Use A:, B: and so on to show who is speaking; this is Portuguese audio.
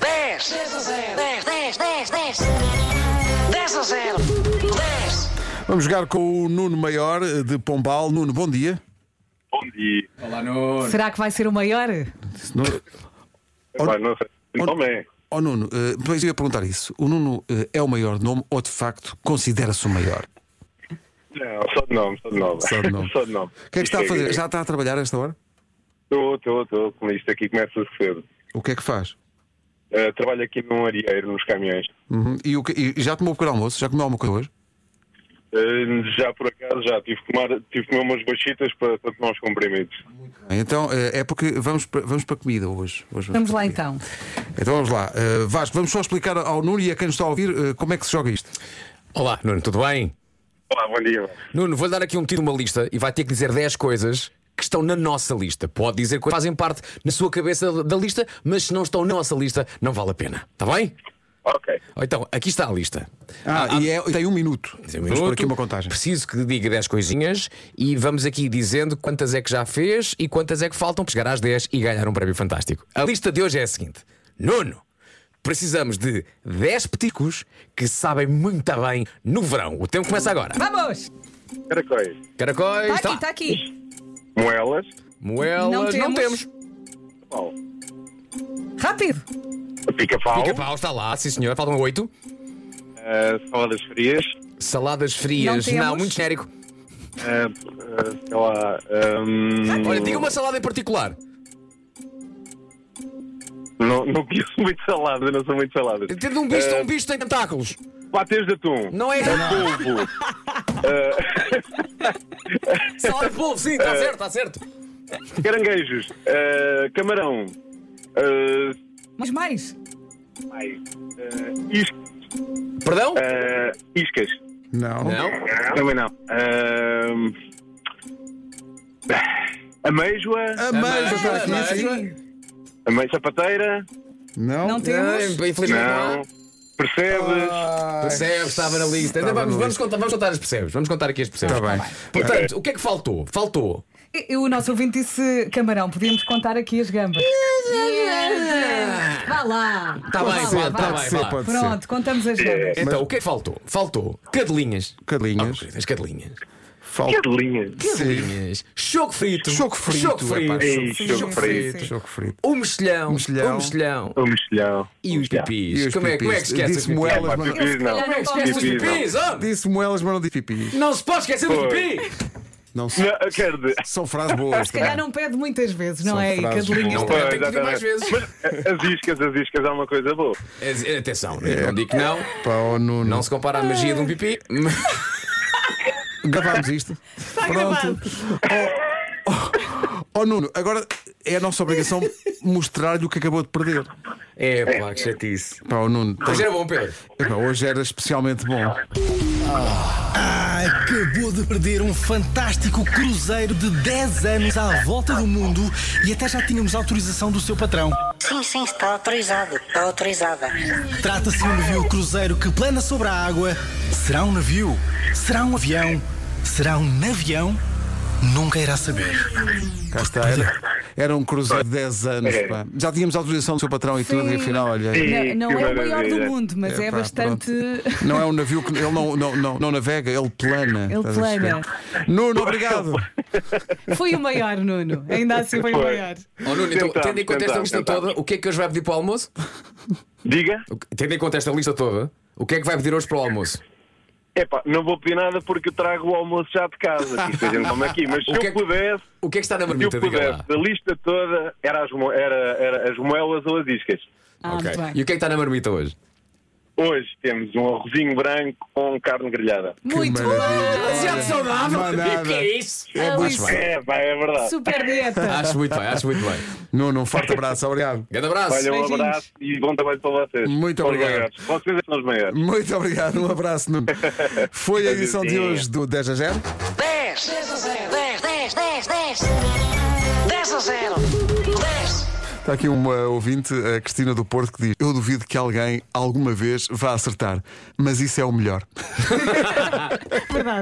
A: 10. 10 a 0. 10, 10, 10, 10. 10 a 0. 10.
B: Vamos jogar com o Nuno Maior eh, de Pombal. Nuno, bom dia.
C: Bom dia.
D: Será que vai ser o maior?
B: Se não-
C: Epá, não sei.
B: Onde-
C: Então é.
B: Oh Nuno, eh, depois eu ia perguntar isso. O Nuno eh, é o maior de nome ou de facto considera-se o maior?
C: Não, só de nome, só de nome.
B: Só de nome.
C: só de nome.
B: O que é que está a fazer? Já está a trabalhar a esta hora?
C: Estou, estou, estou. Com isto aqui começa cedo.
B: O que é que faz?
C: Eh, trabalho aqui num areeiro, nos caminhões.
B: Uhum. E, o que- e já tomou o pequeno almoço? Já comeu alguma coisa hoje?
C: Eh, já por acaso, já tive que tomar, tive que comer umas bachitas para, para tomar uns comprimidos.
B: Então eh, é porque vamos para, vamos para a comida hoje. Hoje
D: Vamos
B: para a
D: lá
B: comida.
D: então.
B: Então vamos lá. Eh, Vasco, vamos só explicar ao Nuno e a quem nos está a ouvir eh, como é que se joga isto.
E: Olá, Nuno, tudo bem?
C: Olá, bom dia.
E: Nuno, vou-lhe dar aqui um tiro, uma lista e vai ter que dizer 10 coisas que estão na nossa lista. Pode dizer que fazem parte na sua cabeça da lista, mas se não estão na nossa lista, não vale a pena. Está bem?
C: Ok.
E: Ou Então, aqui está a lista.
B: Ah, e é- tem um minuto.
E: Dizer um
B: vamos pôr
E: minuto.
B: aqui uma contagem.
E: Preciso que diga 10 coisinhas e vamos aqui dizendo quantas é que já fez e quantas é que faltam para chegar às 10 e ganhar um prémio fantástico. A lista de hoje é a seguinte: Nuno, precisamos de 10 peticos que sabem muito bem no verão. O tempo começa agora.
D: Vamos!
C: Caracóis.
E: Caracóis,
D: Está
E: tá.
D: aqui, está aqui.
C: Moelas.
E: Moelas,
D: Não temos.
C: Pau.
D: Rápido!
C: Pica-pau.
E: Pica-pau está lá, sim senhor. Faltam oito.
C: eh, saladas frias.
E: Saladas frias.
D: Não temos.
E: muito genérico.
C: eh, eh, sei lá. ehm,
E: Olha, diga uma salada em particular.
C: Não, não conheço muito salada, não sou muito salada.
E: Tendo um
B: Eh.
E: bicho, um bicho tem tentáculos.
C: Patês de atum.
E: Não é?
C: Polvo.
E: Salada de polvo, sim,
B: Eh.
E: está certo, está certo.
C: Caranguejos, eh, camarão, eh,
D: Mas mais?
C: ai, eh, is-
E: Perdão?
C: eh, iscas.
B: Não.
E: Não.
C: Também não. Ahm, ameijoa,
B: A manja está aqui,
E: Ameijoa,
B: sim.
C: ameijoa sapateira,
B: Não.
D: Não temos?
E: Ah, Infelizmente
C: não.
B: Eh.
E: não.
C: Percebes?
E: Percebes, estava na lista.
B: Estava
E: vamos,
B: na
E: vamos contar, vamos contar as percebes. Vamos contar aqui as percebes.
B: Está bem.
E: Portanto, o que é que faltou? Faltou.
D: E- e O nosso ouvinte disse camarão, podíamos contar aqui as gambas. Vá lá!
E: Está bem,
B: Pode
E: vá,
B: ser,
E: tá
B: pode
E: bem,
B: ser,
E: vá.
B: pode ser.
D: Pronto, contamos as gambas.
E: Então, o que é que faltou? Faltou cadelinhas.
B: Cadelinhas.
E: Ah, as cadelinhas.
B: Falta.
C: Que linha.
E: Cadelinhas. Choco frito.
B: Choco frito, é
E: Choco frito. é
B: rapaz.
C: Ei,
D: Sim,
C: jogo
D: sim,
C: frito.
D: sim.
B: Jogo frito.
E: O mexilhão, o
B: mexilhão.
E: mexilhão,
C: O Um mexilhão.
E: e os pipis.
B: E os
E: como, É, como é que
B: pipis.
E: esquece
B: Disse
E: os pipis?
B: moelas,
C: Epá,
B: mas não-
C: pipis não.
D: Eu se
E: Como é que esquece os
C: Pipis, não.
E: pipis? homem?
B: Disse moelas, mas não disse pipis.
E: Não se pode esquecer dos
C: Pois.
E: pipis!
B: Não se-
C: Não, quer dizer,
B: São frases boas.
D: Se calhar
B: também.
D: não pede muitas vezes, não
B: São
D: é? E
B: frases.
D: cadelinhas
E: Não.
D: também.
E: tem que vir mais vezes.
C: Mas eh, as iscas, as iscas é uma coisa boa.
E: É, Atenção, eu não digo que não.
B: Pá, ó, Nuno.
E: Não se compara à magia de um pipi.
B: Gravámos isto.
D: Está gravado.
B: Oh Nuno, agora é a nossa obrigação mostrar-lhe o que acabou de perder.
E: É pá, que chatice.
B: Pá, ó, Nuno, tem-
E: Mas era bom, Pedro.
B: Epá, hoje era especialmente bom.
F: Acabou de perder um fantástico cruzeiro de 10 anos à volta do mundo e até já tínhamos autorização do seu patrão.
A: Sim, sim, está autorizado. Está autorizada.
F: Trata-se de um navio cruzeiro que plana sobre a água. Será um navio? Será um avião? Será um navião? Nunca irá saber.
B: Cá está, era, era um cruzeiro de 10 anos.
E: É.
B: Pá. Já tínhamos autorização do seu patrão e tudo, e afinal, olha.
C: Ih,
D: Não, não
C: que
D: é o maior
C: maravilha.
D: do mundo, mas é
B: Epá,
D: bastante.
B: pronto. Não é um navio que. Ele não, não, não, não navega, ele plana.
D: Ele
B: Estás a perceber? Nuno, obrigado.
D: Foi o maior, Nuno. Ainda assim foi o
C: Foi.
D: maior.
E: Ó Nuno, então,
C: Tentamos,
E: tendo em conta esta
C: tentamos,
E: lista
C: tentamos.
E: toda, o que é que hoje vai pedir para o almoço?
C: Diga.
E: O que- Tendo em conta esta lista toda, o que é que vai pedir hoje para o almoço?
C: Epá, não vou pedir nada porque eu trago o almoço já de casa, que isto a gente come aqui, mas se
E: O que é
C: eu
E: que-
C: pudesse,
E: O que é que está na
C: se eu
E: marmita? Diga
C: pudesse,
E: lá.
C: da lista toda era as, mo- era, era as moelas ou as iscas.
D: Ah,
E: Ok.
D: muito
E: E
D: bem.
E: o que é que está na marmita hoje?
C: Hoje temos um arrozinho branco com carne grelhada.
D: Muito
B: maravilha.
D: bom.
E: Demasiado saudável!
B: Manada.
E: isso?
B: É muito
D: Alice.
B: bem.
C: É, pá, é verdade.
D: Super dieta.
E: Acho muito bem, acho muito bem.
B: Nuno, um forte abraço, obrigado.
E: Grande abraço!
C: Olha, um
D: Beijinhos.
C: abraço e bom trabalho para vocês.
B: Muito
C: São os
B: obrigado.
C: maiores. Vocês são os maiores.
B: Muito obrigado, um abraço, Nuno. Foi a edição de hoje do 10 a 0.
A: 10. 10 a 0. 10, 10, 10, 10. 10 a 0. 10.
B: Está aqui uma ouvinte, a Cristina do Porto, que diz: Eu duvido que alguém alguma vez vá acertar, mas isso é o melhor.
D: Verdade.